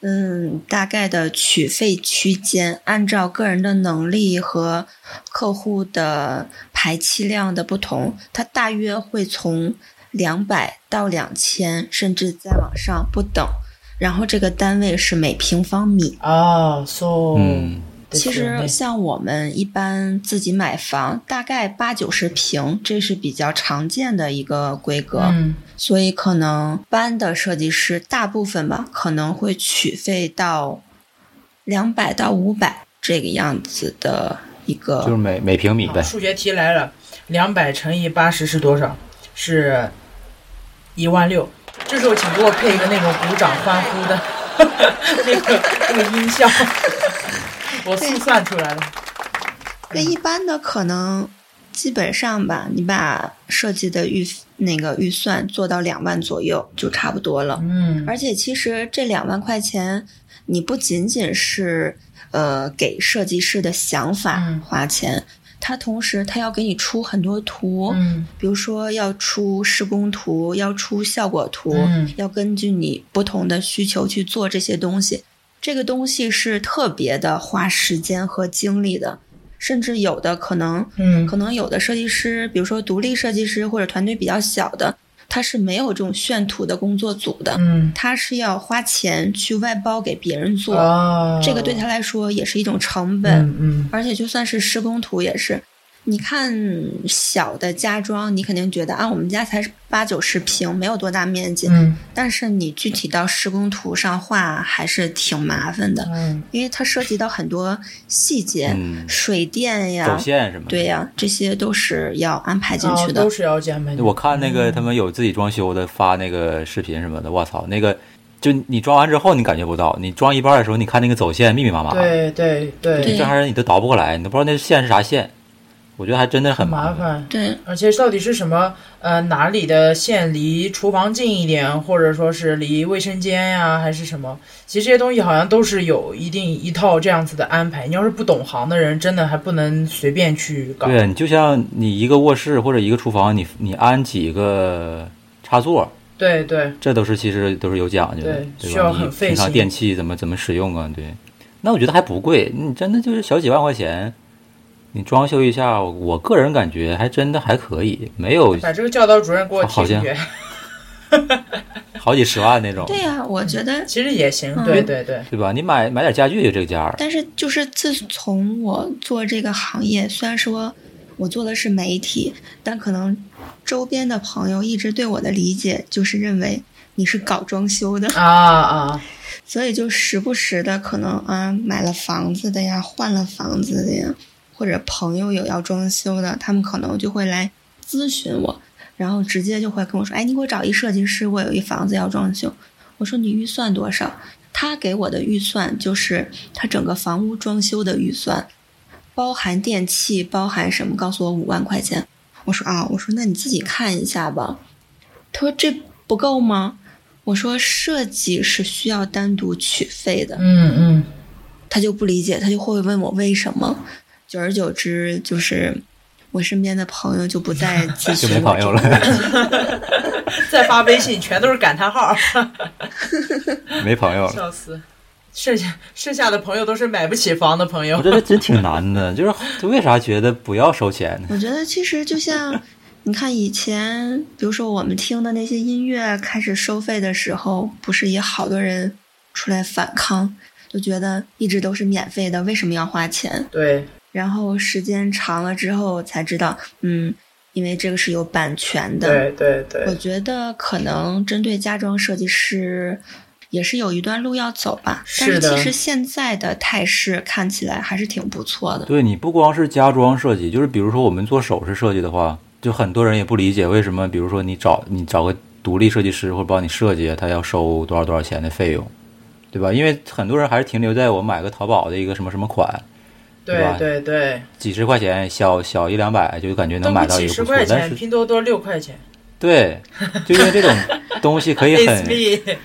Speaker 3: 嗯，大概的取费区间，按照个人的能力和客户的排气量的不同，它大约会从两百到两千，甚至再往上不等。然后这个单位是每平方米。
Speaker 2: 啊，so，
Speaker 1: 嗯，
Speaker 3: 其实像我们一般自己买房，大概八九十平，这是比较常见的一个规格。
Speaker 2: 嗯
Speaker 3: 所以可能班的设计师大部分吧，可能会取费到两百到五百这个样子的一
Speaker 1: 就是
Speaker 3: 个。
Speaker 1: 每每平米呗
Speaker 2: 啊好，
Speaker 3: 啊
Speaker 2: 数学题来了，两百乘以八十是多少？是一万六。这时候请给我配一个那种鼓掌欢呼的 那个那个音效，我速算出来了。
Speaker 3: 那一般的可能基本上吧，你把设计的预那个预算做到两万左右就差不多了。
Speaker 2: 嗯
Speaker 3: 而且其实这两万块钱，你不仅仅是呃给设计师的想法
Speaker 2: 嗯
Speaker 3: 花钱，他同时他要给你出很多图，
Speaker 2: 嗯
Speaker 3: 比如说要出施工图，要出效果图，
Speaker 2: 嗯
Speaker 3: 要根据你不同的需求去做这些东西。这个东西是特别的花时间和精力的，甚至有的可能，
Speaker 2: 嗯
Speaker 3: 可能有的设计师，比如说独立设计师或者团队比较小的，他是没有这种炫图的工作组的，
Speaker 2: 嗯
Speaker 3: 他是要花钱去外包给别人做，
Speaker 2: 哦，
Speaker 3: 这个对他来说也是一种成本。
Speaker 2: 嗯嗯
Speaker 3: 而且就算是施工图也是，你看小的家装，你肯定觉得啊，我们家才八九十平，没有多大面积。
Speaker 2: 嗯
Speaker 3: 但是你具体到施工图上画还是挺麻烦的，
Speaker 2: 嗯
Speaker 3: 因为它涉及到很多细节，
Speaker 1: 嗯
Speaker 3: 水电呀
Speaker 1: 走，线什么的。
Speaker 3: 啊对呀，这些都是要安排进
Speaker 2: 哦
Speaker 3: 去，的。
Speaker 2: 都是要安排的。
Speaker 1: 我看那
Speaker 2: 嗯
Speaker 1: 个他们有自己装修的发那个视频什么的，我操，那个就你装完之后你感觉不到，你装一半的时候你看那个走线密密麻麻，
Speaker 2: 对对对，
Speaker 1: 这玩意儿你都倒不过来，你都不知道那线是啥线，我觉得还真的很
Speaker 2: 很麻
Speaker 1: 烦。
Speaker 2: 烦。
Speaker 3: 对，
Speaker 2: 而且到底是什么？呃，哪里的线离厨房近一点，或者说是离卫生间呀、还是什么？其实这些东西好像都是有一定一套这样子的安排。你要是不懂行的人，真的还不能随便去搞。
Speaker 1: 对你就像你一个卧室或者一个厨房，你你安几个插座，
Speaker 2: 对对
Speaker 1: 这都是其实都是有讲究的，
Speaker 2: 对
Speaker 1: 对吧？
Speaker 2: 需要很
Speaker 1: 你
Speaker 2: 费
Speaker 1: 平常
Speaker 2: 心
Speaker 1: 电器怎么怎么使用啊？对，那我觉得还不贵，你真的就是小几万块钱，你装修一下，我个人感觉还真的还可以，没有
Speaker 2: 把这个教导主任给我提
Speaker 1: 好
Speaker 2: 出
Speaker 1: 像
Speaker 2: 去，
Speaker 1: 好几十万那种，
Speaker 3: 对呀、我觉 得
Speaker 2: 其实也行。
Speaker 3: 嗯
Speaker 2: 对对对，
Speaker 1: 对吧？你买买点家具就这个价儿，
Speaker 3: 但是就是自从我做这个行业，虽然说我做的是媒体，但可能周边的朋友一直对我的理解就是认为你是搞装修的，
Speaker 2: 啊啊，
Speaker 3: 所以就时不时的可能啊买了房子的呀，换了房子的呀，或者朋友有要装修的，他们可能就会来咨询我，然后直接就会跟我说，哎，你给我找一设计师，我有一房子要装修。我说你预算多少？他给我的预算就是他整个房屋装修的预算，包含电器，包含什么？告诉我五万块钱。我说啊，我说那你自己看一下吧。他说这不够吗？我说设计是需要单独取费的。
Speaker 2: 嗯嗯，
Speaker 3: 他就不理解，他就会问我为什么。久而久之，就是我身边的朋友就 不再咨
Speaker 1: 就
Speaker 3: 询
Speaker 1: 没
Speaker 3: 我
Speaker 1: 朋
Speaker 3: 这
Speaker 1: 友
Speaker 3: 个
Speaker 1: 了，
Speaker 2: 再发微信全都是感叹号。
Speaker 1: 没朋友了。
Speaker 2: 笑死！剩下剩下的朋友都是买不起房的朋
Speaker 1: 我
Speaker 2: 友
Speaker 1: 觉。得真挺难的，就是为啥觉得不要收钱呢？
Speaker 3: 我觉得其实就像你看以前，比如说我们听的那些音乐开始收费的时候，不是也好多人出来反抗，就觉得一直都是免费的，为什么要花钱？
Speaker 2: 对，
Speaker 3: 然后时间长了之后才知道，嗯，因为这个是有版权的，
Speaker 2: 对对
Speaker 3: 我
Speaker 2: 对，
Speaker 3: 觉得可能针对家装设计师也是有一段路要走吧，
Speaker 2: 是的
Speaker 3: 但是其实现在的态势看起来还是挺不错的。
Speaker 1: 对你不光是家装设计，就是比如说我们做首饰设计的话，就很多人也不理解为什么，比如说你找你找个独立设计师或者帮你设计，他要收多少多少钱的费用，对吧？因为很多人还是停留在我买个淘宝的一个什么什么款，对
Speaker 2: 对
Speaker 1: 吧
Speaker 2: 对对，
Speaker 1: 几十块钱小小一两百就感觉
Speaker 2: 都
Speaker 1: 能
Speaker 2: 不
Speaker 1: 买到一
Speaker 2: 几
Speaker 1: 个
Speaker 2: 十
Speaker 1: 不错
Speaker 2: 块，
Speaker 1: 但
Speaker 2: 钱，
Speaker 1: 是
Speaker 2: 拼多多六块钱。
Speaker 1: 对，就因为这种东西可以
Speaker 2: It's
Speaker 1: 很，
Speaker 2: me。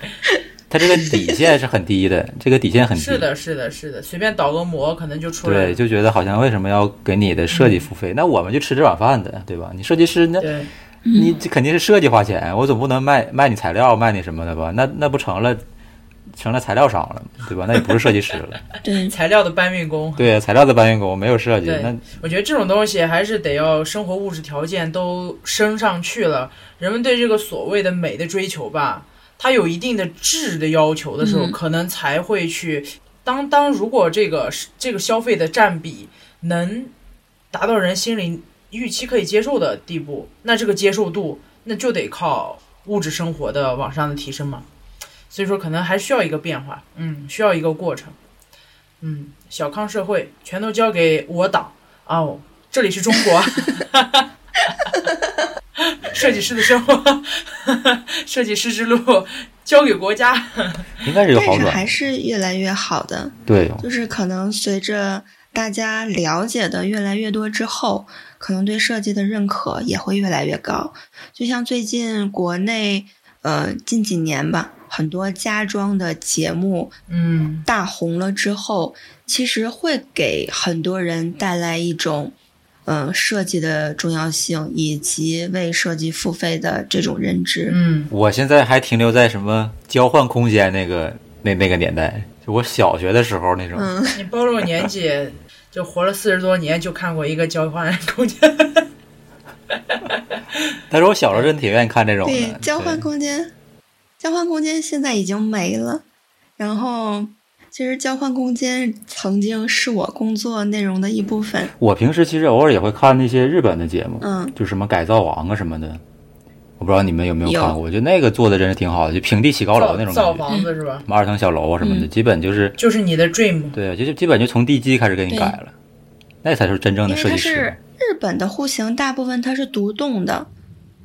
Speaker 1: 它这个底线是很低的，这个底线很低，
Speaker 2: 是的，是的，是的，随便倒个模可能就出来
Speaker 1: 对，
Speaker 2: 了。
Speaker 1: 就觉得好像为什么要给你的设计付费？那我们就吃这碗饭的，对吧？你设计师那。
Speaker 2: 对
Speaker 1: 你这肯定是设计花钱，我总不能卖卖你材料，卖你什么的吧？那那不成了成了材料商了，对吧？那也不是设计师了，
Speaker 3: 对，
Speaker 2: 材料的搬运工，
Speaker 1: 对，啊材料的搬运工没有设计，
Speaker 2: 对
Speaker 1: 那
Speaker 2: 我觉得这种东西还是得要生活物质条件都升上去了，人们对这个所谓的美的追求吧，它有一定的质的要求的时候，
Speaker 3: 嗯
Speaker 2: 可能才会去。当当如果这个这个消费的占比能达到人心里预期可以接受的地步，那这个接受度那就得靠物质生活的往上的提升嘛。所以说，可能还需要一个变化，嗯，需要一个过程，嗯，小康社会全都交给我党啊、哦，这里是中国， 设计师的生活， 设计师之路交给国家，
Speaker 1: 应该是有
Speaker 3: 但
Speaker 1: 好
Speaker 3: 是还
Speaker 1: 转。
Speaker 3: 是越来越好的，
Speaker 1: 对，哦
Speaker 3: 就是可能随着大家了解的越来越多之后，可能对设计的认可也会越来越高。就像最近国内，呃，近几年吧，很多家装的节目
Speaker 2: 嗯，
Speaker 3: 大红了之后，其实会给很多人带来一种，嗯、设计的重要性以及为设计付费的这种认知。
Speaker 2: 嗯，
Speaker 1: 我现在还停留在什么交换空间那个那那个年代，就我小学的时候那种。
Speaker 3: 嗯，
Speaker 2: 你暴露年纪，就活了四十多年，就看过一个交换空间，
Speaker 1: 但是我小时候真挺愿意看这种
Speaker 3: 对
Speaker 1: 的，，
Speaker 3: 交换
Speaker 1: 对
Speaker 3: 空间，交换空间现在已经没了。然后其实交换空间曾经是我工作内容的一部分。
Speaker 1: 我平时其实偶尔也会看那些日本的节目，
Speaker 3: 嗯，
Speaker 1: 就什么改造王啊什么的，我不知道你们有没有
Speaker 3: 有
Speaker 1: 看过，我觉得那个做的真是挺好的，就平地起高楼那种
Speaker 2: 造
Speaker 1: 感觉，
Speaker 2: 房子是吧？
Speaker 1: 什么二层小楼啊什么的，
Speaker 3: 嗯
Speaker 1: 基本就是
Speaker 2: 就是你的 dream，
Speaker 1: 对，啊就就基本就从地基开始给你
Speaker 3: 对
Speaker 1: 改了，那才是真正
Speaker 3: 因
Speaker 1: 的
Speaker 3: 为
Speaker 1: 设
Speaker 3: 它
Speaker 1: 计师
Speaker 3: 是。日本的户型，大部分它是独栋的，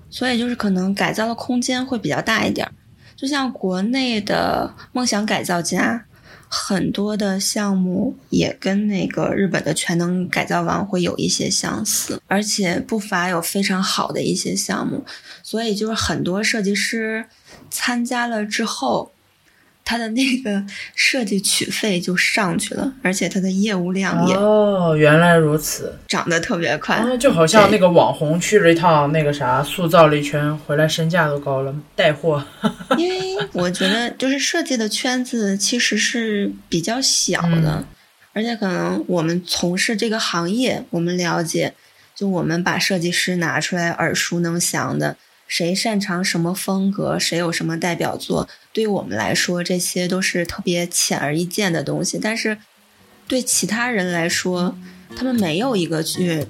Speaker 3: 所以就是可能改造的空间会比较大一点儿。就像国内的梦想改造家，很多的项目也跟那个日本的全能改造王会有一些相似，而且不乏有非常好的一些项目。所以就是很多设计师参加了之后，他的那个设计取费就上去了，而且他的业务量也
Speaker 2: 哦，原来如此，
Speaker 3: 涨得特别快。
Speaker 2: 啊，就好像那
Speaker 3: 对
Speaker 2: 个网红去了一趟那个啥，塑造了一圈，回来身价都高了，带货，
Speaker 3: 因为我觉得就是设计的圈子其实是比较小的，
Speaker 2: 嗯
Speaker 3: 而且可能我们从事这个行业，我们了解，就我们把设计师拿出来耳熟能详的，谁擅长什么风格，谁有什么代表作，对于我们来说，这些都是特别显而易见的东西，但是对其他人来说，他们没有一个去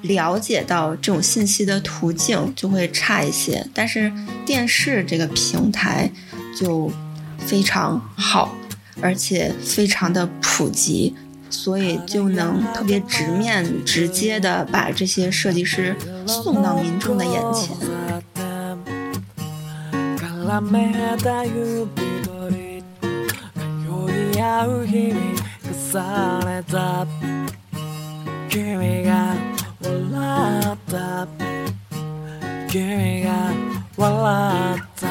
Speaker 3: 了解到这种信息的途径，就会差一些。但是电视这个平台就非常好，而且非常的普及。所以就能特别直面、直接的把这些设计师送到民众的眼前。
Speaker 5: 絡めた指取り通り合う日々重ねた君が笑った君が笑った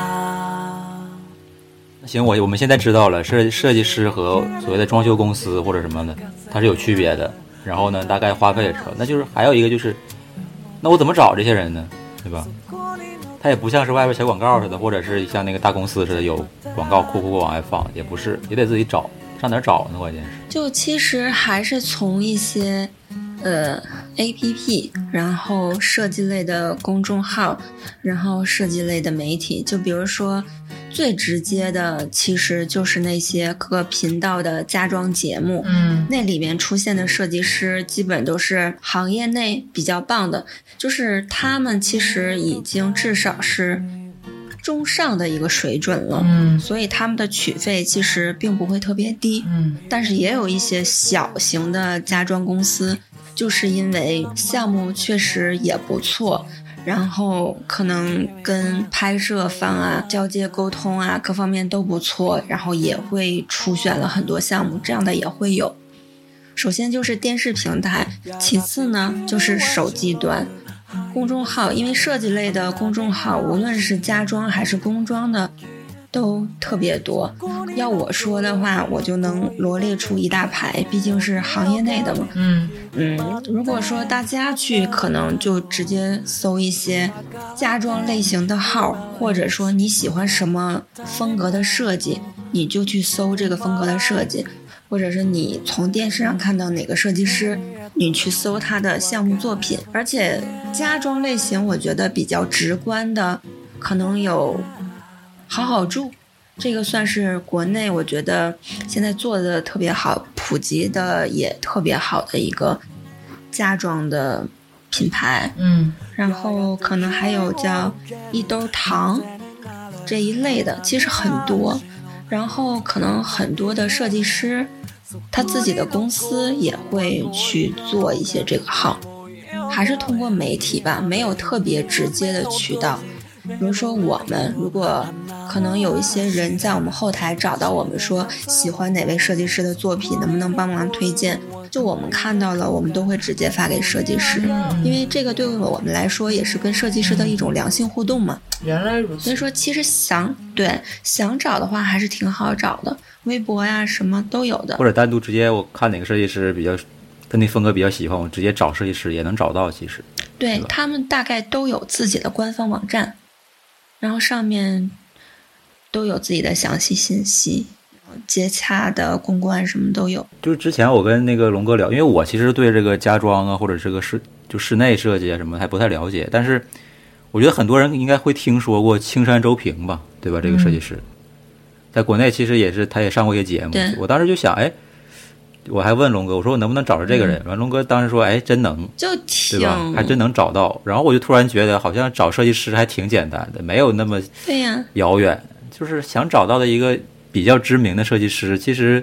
Speaker 1: 那行，我我们现在知道了，设设计师和所谓的装修公司或者什么的，它是有区别的。然后呢，大概花费也是，那就是还有一个就是，那我怎么找这些人呢？对吧？它也不像是外边小广告似的，或者是像那个大公司似的有广告库库库往外放，也不是，也得自己找，上哪儿找呢？关键是，
Speaker 3: 就其实还是从一些呃 A P P，然后设计类的公众号，然后设计类的媒体，就比如说最直接的，其实就是那些各个频道的家装节目。
Speaker 2: 嗯，
Speaker 3: 那里面出现的设计师基本都是行业内比较棒的，就是他们其实已经至少是中上的一个水准了，
Speaker 2: 嗯
Speaker 3: 所以他们的取费其实并不会特别低。
Speaker 2: 嗯，
Speaker 3: 但是也有一些小型的家装公司，就是因为项目确实也不错，然后可能跟拍摄方啊、交接沟通啊各方面都不错，然后也会初选了很多项目，这样的也会有。首先就是电视平台，其次呢就是手机端。公众号，因为设计类的公众号，无论是家装还是工装的，都特别多。要我说的话，我就能罗列出一大排，毕竟是行业内的嘛。
Speaker 2: 嗯，
Speaker 3: 嗯，如果说大家去，可能就直接搜一些家装类型的号，或者说你喜欢什么风格的设计，你就去搜这个风格的设计，或者是你从电视上看到哪个设计师，你去搜他的项目作品。而且家装类型，我觉得比较直观的，可能有好好住。这个算是国内我觉得现在做的特别好、普及的也特别好的一个家装的品牌。
Speaker 2: 嗯，
Speaker 3: 然后可能还有叫一兜糖这一类的，其实很多。然后可能很多的设计师，他自己的公司也会去做一些这个号，还是通过媒体吧，没有特别直接的渠道。比如说我们如果可能有一些人在我们后台找到我们说喜欢哪位设计师的作品，能不能帮忙推荐？就我们看到了，我们都会直接发给设计师，因为这个对于我们来说也是跟设计师的一种良性互动嘛。
Speaker 2: 原来如
Speaker 3: 所
Speaker 2: 此，
Speaker 3: 以说，其实想对想找的话还是挺好找的，微博呀、什么都有的
Speaker 1: 或。者单独直接我看哪个设计师比较跟那风格比较喜欢，我直接找设计师也能找到。其实，
Speaker 3: 对
Speaker 1: 是吧
Speaker 3: 他们大概都有自己的官方网站，然后上面都有自己的详细信息，接洽的公关什么都有。
Speaker 1: 就是之前我跟那个龙哥聊，因为我其实对这个家装啊，或者这个室就室内设计啊什么还不太了解，但是我觉得很多人应该会听说过青山周平吧，对吧？这个设计师，在国内其实也是他也上过一些节目
Speaker 3: 对，
Speaker 1: 我当时就想，哎，我还问龙哥，我说我能不能找着这个人？完、龙哥当时说，哎，真能，
Speaker 3: 就
Speaker 1: 对
Speaker 3: 挺
Speaker 1: 吧？还真能找到。然后我就突然觉得，好像找设计师还挺简单的，没有那么
Speaker 3: 对呀，
Speaker 1: 遥远，就是想找到的一个比较知名的设计师，其实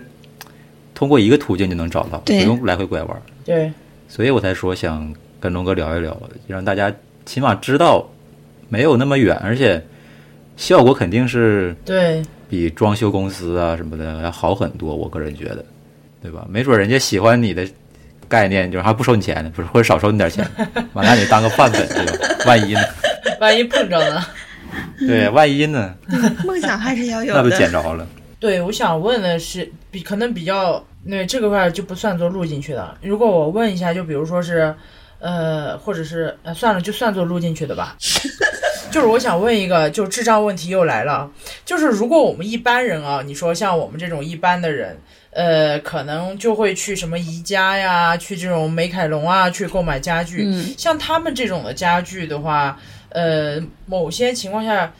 Speaker 1: 通过一个途径就能找到，不
Speaker 3: 对
Speaker 1: 用来回拐弯。
Speaker 2: 对，
Speaker 1: 所以我才说想跟龙哥聊一聊，让大家起码知道没有那么远，而且效果肯定是
Speaker 2: 对，
Speaker 1: 比装修公司啊什么的要好很多。我个人觉得，对吧？没准人家喜欢你的概念，就是还不收你钱呢， 不是或者少收你点钱，完了你当个范本，对吧？万一呢？
Speaker 2: 万一碰着呢？
Speaker 1: 对，万一呢？
Speaker 3: 梦想还是要有
Speaker 1: 那不捡
Speaker 3: 的。
Speaker 1: 着了。
Speaker 2: 对，我想问的是，比可能比较那这个块儿就不算做录进去的。如果我问一下，就比如说是，呃，或者是呃，算了，就算做录进去的吧。 就是我想问一个，就智障问题又来了，就是如果我们一般人啊，你说像我们这种一般的人，呃，可能就会去什么宜家呀，去这种美凯龙啊，去购买家具。
Speaker 3: 嗯
Speaker 2: 像他们这种的家具的话，呃，某些情况下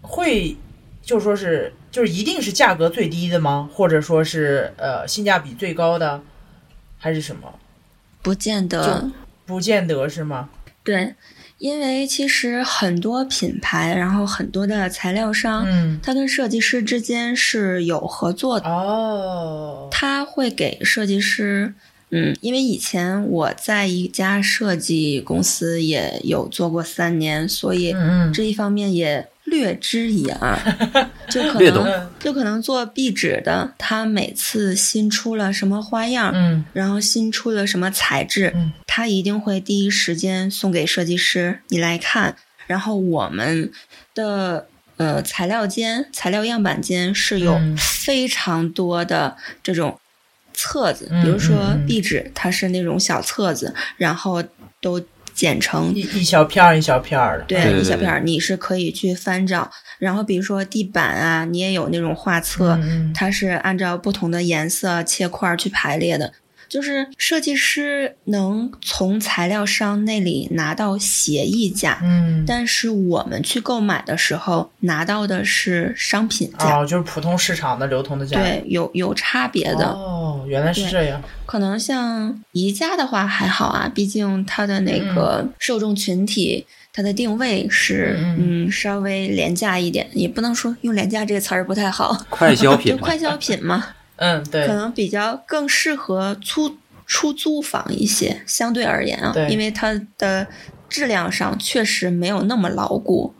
Speaker 2: 会就说是就是一定是价格最低的吗？或者说是呃性价比最高的，还是什么？
Speaker 3: 不见得
Speaker 2: 就，不见得是吗？
Speaker 3: 对，因为其实很多品牌，然后很多的材料商，
Speaker 2: 嗯，
Speaker 3: 它跟设计师之间是有合作的。
Speaker 2: 哦，
Speaker 3: 他会给设计师，嗯，因为以前我在一家设计公司也有做过三年，所以
Speaker 2: 嗯嗯
Speaker 3: 这一方面也略知一 二，就可
Speaker 1: 略懂
Speaker 3: 能就可能做壁纸的，他每次新出了什么花样。
Speaker 2: 嗯
Speaker 3: 然后新出了什么材质，
Speaker 2: 嗯
Speaker 3: 他一定会第一时间送给设计师，你来看。然后我们的呃材料间、材料样板间是有
Speaker 2: 嗯
Speaker 3: 非常多的这种册子，
Speaker 2: 嗯
Speaker 3: 比如说
Speaker 2: 嗯嗯
Speaker 3: 壁纸，它是那种小册子，然后都剪成
Speaker 2: 一一小片儿一小片儿的，
Speaker 3: 对
Speaker 1: 对对
Speaker 3: 一小
Speaker 1: 对
Speaker 3: 片儿，你是可以去翻找。然后比如说地板啊，你也有那种画册，
Speaker 2: 嗯，嗯
Speaker 3: 它是按照不同的颜色切块儿去排列的。就是设计师能从材料商那里拿到协议价，
Speaker 2: 嗯，
Speaker 3: 但是我们去购买的时候拿到的是商品价，
Speaker 2: 哦，就是普通市场的流通的价格。
Speaker 3: 对，有有差别的。
Speaker 2: 哦，原来是这样。
Speaker 3: 可能像宜家的话还好啊，毕竟它的那个受众群体，它的定位是
Speaker 2: 嗯
Speaker 3: 嗯稍微廉价一点，也不能说用廉价这个词儿不太好，
Speaker 1: 快消
Speaker 3: 就
Speaker 1: 品嘛
Speaker 3: 快，消品嘛。
Speaker 2: 嗯，对
Speaker 3: 可，能比较更适合出出租房一些，相对而言啊
Speaker 2: 对，
Speaker 3: 因为它的质量上确实没有那么牢固，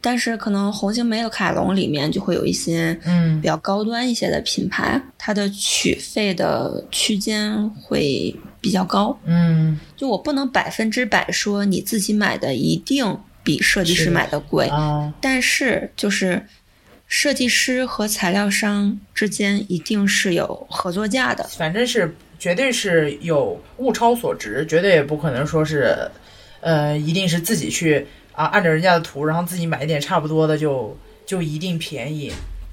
Speaker 3: 但是可能红星美凯龙里面就会有一些
Speaker 2: 嗯
Speaker 3: 比，较高端一些的品牌，它的取费的区间会比较高。
Speaker 2: 嗯，
Speaker 3: 就我不能百分之百说你自己买的一定比设计
Speaker 2: 是
Speaker 3: 师
Speaker 2: 的
Speaker 3: 买的贵，
Speaker 2: 哦，
Speaker 3: 但是就是设计师和材料商之间一定是有合作价的。
Speaker 2: 反正是绝对是有物超所值，绝对也不可能说是，呃，一定是自己去啊，按照人家的图，然后自己买一点差不多的就就一定便宜。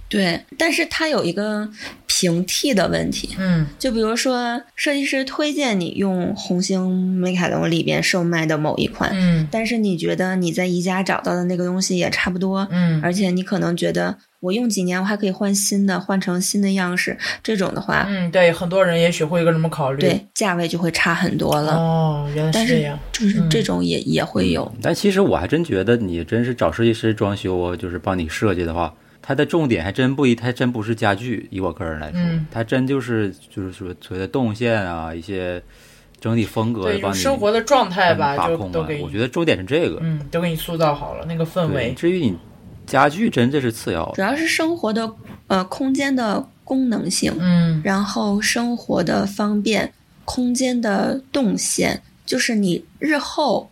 Speaker 3: 对，但是它有一个平替的问题，
Speaker 2: 嗯
Speaker 3: 就比如说设计师推荐你用红星美凯龙里边售卖的某一款，
Speaker 2: 嗯
Speaker 3: 但是你觉得你在宜家找到的那个东西也差不多，
Speaker 2: 嗯
Speaker 3: 而且你可能觉得我用几年我还可以换新的，换成新的样式，这种的话，
Speaker 2: 嗯，对，很多人也许会有个这么考虑。，
Speaker 3: 对价位就会差很多了。
Speaker 2: 哦，嗯原来
Speaker 3: 但
Speaker 2: 是这
Speaker 3: 是
Speaker 2: 样。
Speaker 3: 就是这种也、也会有，
Speaker 1: 但其实我还真觉得，你真是找设计师装修啊，就是帮你设计的话，它的重点还真不一，还真不是家具。以我个人来说，
Speaker 2: 嗯
Speaker 1: 它真就是就是说所谓的动线啊，一些整体风格
Speaker 2: 对，
Speaker 1: 帮
Speaker 2: 就
Speaker 1: 你
Speaker 2: 生活的状态
Speaker 1: 帮
Speaker 2: 吧，
Speaker 1: 你把
Speaker 2: 就
Speaker 1: 控
Speaker 2: 都
Speaker 1: 啊
Speaker 2: 给。
Speaker 1: 我
Speaker 2: 你，
Speaker 1: 觉得重点是这个。
Speaker 2: 嗯，都给你塑造好了那个氛
Speaker 1: 对，
Speaker 2: 围。啊
Speaker 1: 至于你家具，真这是次要
Speaker 3: 主
Speaker 1: 的。
Speaker 3: 要是生活的呃空间的功能性，
Speaker 2: 嗯
Speaker 3: 然后生活的方便、空间的动线，就是你日后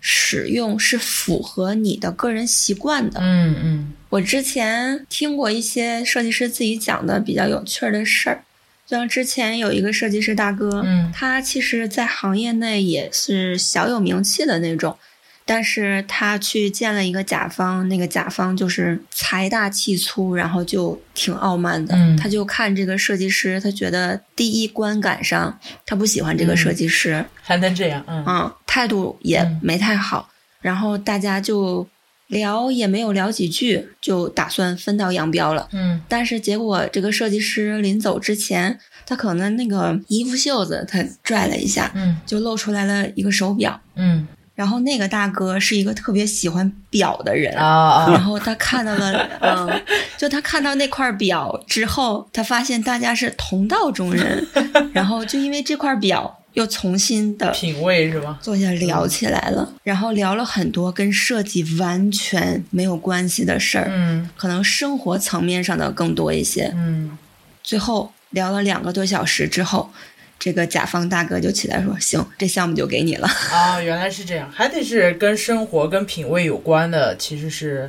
Speaker 3: 使用是符合你的个人习惯的。
Speaker 2: 嗯嗯
Speaker 3: 我之前听过一些设计师自己讲的比较有趣儿的事儿，就像之前有一个设计师大哥，
Speaker 2: 嗯
Speaker 3: 他其实在行业内也是小有名气的那种。但是他去见了一个甲方，那个甲方就是财大气粗，然后就挺傲慢的。
Speaker 2: 嗯
Speaker 3: 他就看这个设计师，他觉得第一观感上他不喜欢这个设计师，
Speaker 2: 还能这样，嗯
Speaker 3: 嗯，态度也没太好，然后大家就聊也没有聊几句，就打算分道扬镳了。
Speaker 2: 嗯
Speaker 3: 但是结果这个设计师临走之前，他可能那个衣服袖子他拽了一下，
Speaker 2: 嗯
Speaker 3: 就露出来了一个手表。
Speaker 2: 嗯
Speaker 3: 然后那个大哥是一个特别喜欢表的人
Speaker 2: 啊，啊
Speaker 3: 然后他看到了，嗯，就他看到那块表之后，他发现大家是同道中 人，然后就因为这块表又重新的
Speaker 2: 品味是吧？
Speaker 3: 坐下
Speaker 2: 嗯
Speaker 3: 聊起来了，然后聊了很多跟设计完全没有关系的事儿，
Speaker 2: 嗯
Speaker 3: 可能生活层面上的更多一些。
Speaker 2: 嗯，
Speaker 3: 最后聊了两个多小时之后，这个甲方大哥就起来说：“行，这项目就给你了。
Speaker 2: 啊，原来是这样，还得是跟生活、跟品味有关的，其实是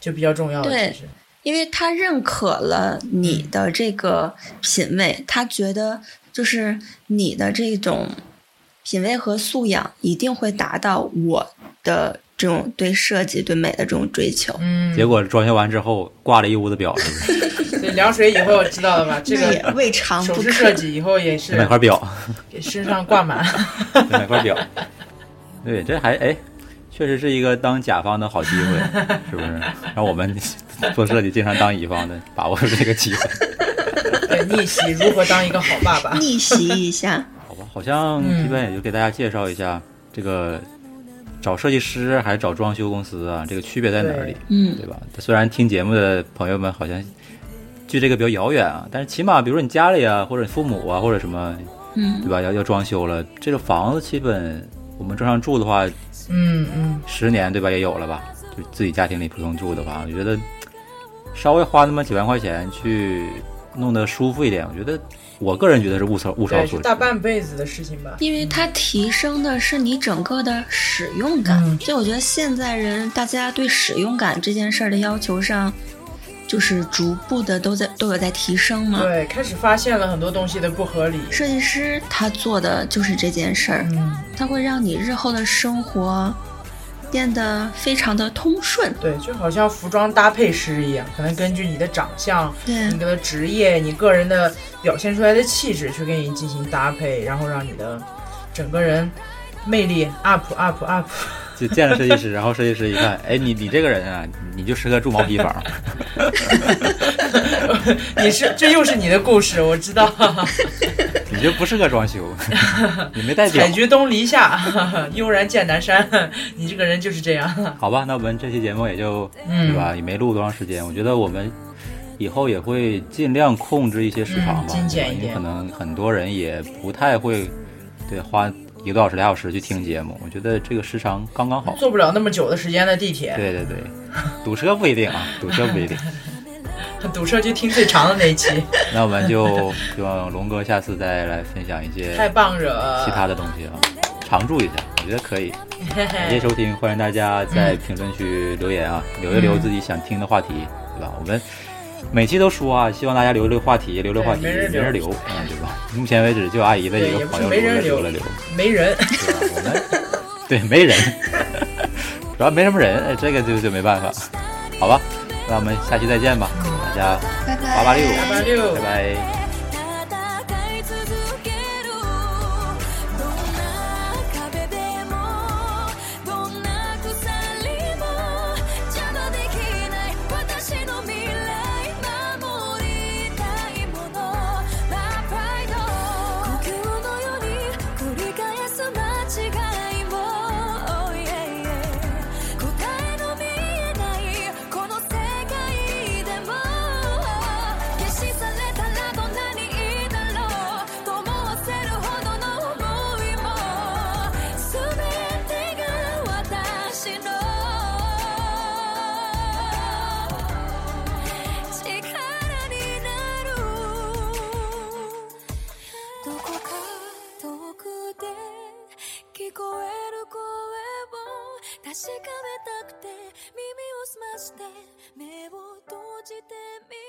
Speaker 2: 就比较重要的。
Speaker 3: 对
Speaker 2: 其实”
Speaker 3: 因为他认可了
Speaker 2: 嗯
Speaker 3: 你的这个品味，他觉得就是你的这种品味和素养一定会达到我的这种对设计、对美的这种追求。
Speaker 2: 嗯，
Speaker 1: 结果装修完之后挂了一屋子 表，是不是？
Speaker 2: 对凉水以后知道了 吧？这
Speaker 3: 那也
Speaker 2: 个
Speaker 3: 未尝
Speaker 2: 首
Speaker 3: 不
Speaker 2: 饰设
Speaker 3: 可。
Speaker 2: 计以后也是
Speaker 1: 得买块表，
Speaker 2: 给身上挂满。
Speaker 1: 得买块表。对，这还哎，确实是一个当甲方的好机会，是不是？让我们做设计经常当乙方的，把握住这个机会。
Speaker 2: 对，逆袭如何当一个好爸爸？
Speaker 3: 逆袭一下，
Speaker 1: 好吧，好像
Speaker 2: 嗯
Speaker 1: 基本也就给大家介绍一下这个找设计师还是找装修公司啊，这个区别在哪里，
Speaker 3: 嗯，
Speaker 1: 对吧？虽然听节目的朋友们好像距这个比较遥远啊，但是起码比如说你家里啊，或者你父母啊，或者什么，
Speaker 3: 嗯
Speaker 1: 对吧？要要装修了，这个房子基本我们正常住的话，
Speaker 2: 嗯嗯，
Speaker 1: 十年对吧也有了吧？就自己家庭里普通住的话，我觉得稍微花那么几万块钱去弄得舒服一点，我觉得我个人觉得是物超物超
Speaker 2: 对，
Speaker 1: 所
Speaker 2: 是
Speaker 1: 值。
Speaker 2: 大半辈子的事情吧。
Speaker 3: 因为它提升的是你整个的使用感，
Speaker 2: 嗯
Speaker 3: 所以我觉得现在人大家对使用感这件事儿的要求上，就是逐步的都在都有在提升 嘛。
Speaker 2: 对，开始发现了很多东西的不合理。
Speaker 3: 设计师他做的就是这件事儿，
Speaker 2: 嗯，
Speaker 3: 他会让你日后的生活变得非常的通顺。
Speaker 2: 对，就好像服装搭配师一样，可能根据你的长相、
Speaker 3: 对
Speaker 2: 你的职业、你个人的表现出来的气质去给你进行搭配，然后让你的整个人魅力 up up up。
Speaker 1: 就见了设计师，然后设计师一看， 哎，你你这个人啊，你就适合住毛坯 房。
Speaker 2: 你是这又是你的故事，我知道，
Speaker 1: 你就不适合装修， 你没代表
Speaker 2: 采。菊东篱下，悠然见南山，你这个人就是这样。
Speaker 1: 好吧，那我们这期节目也就，
Speaker 2: 嗯
Speaker 1: 对吧？也没录多长时间。我觉得我们以后也会尽量控制一些时长吧，
Speaker 2: 嗯精
Speaker 1: 对吧
Speaker 2: 简
Speaker 1: 因
Speaker 2: 一
Speaker 1: 为
Speaker 2: 点
Speaker 1: 可能很多人也不太会，对，花一个多小时、俩小时去听节目。我觉得这个时长刚刚 好。
Speaker 2: 坐不了那么久的时间的地铁，
Speaker 1: 对对对，堵车不一定 啊，堵车不一定。
Speaker 2: 堵车就听最长的那一期，
Speaker 1: 那我们就希望龙哥下次再来分享一些
Speaker 2: 太棒惹。
Speaker 1: 其他的东西啊，常驻一下，我觉得可以。
Speaker 2: 嘿
Speaker 1: 感谢
Speaker 2: 嘿，
Speaker 1: 收听，欢迎大家
Speaker 2: 嗯
Speaker 1: 在评论区留言啊，留一留自己想听的话题，对吧？我们每期都说啊，希望大家留留话题，留留话题，
Speaker 2: 对没人
Speaker 1: 没人留，嗯，对吧？目前为止，就阿姨的一
Speaker 2: 对
Speaker 1: 个
Speaker 2: 也不
Speaker 1: 朋
Speaker 2: 是
Speaker 1: 友
Speaker 2: 没
Speaker 1: 留了
Speaker 2: 人
Speaker 1: 留
Speaker 2: 留
Speaker 1: 了留，
Speaker 2: 没人，
Speaker 1: 对吧？我 们对没人，主要没什么人，哎，这个就就没办法，好吧？那我们下期再见吧，大家
Speaker 3: 拜拜
Speaker 1: 八八六，
Speaker 2: 八八六
Speaker 1: 拜拜。
Speaker 4: 戦い続けるどんな壁でもどんな鎖も邪魔できない私の未来守りたいものラプライド呼吸のように繰り返す間違いも Oh yeah yeah 答えの見えないこの世界でも消し去れたらどんなにいいだろうと思わせるほどの想いも全てが私の力になるどこか遠くで聞こえる声を確かめたくて耳を澄まして目を閉じてみ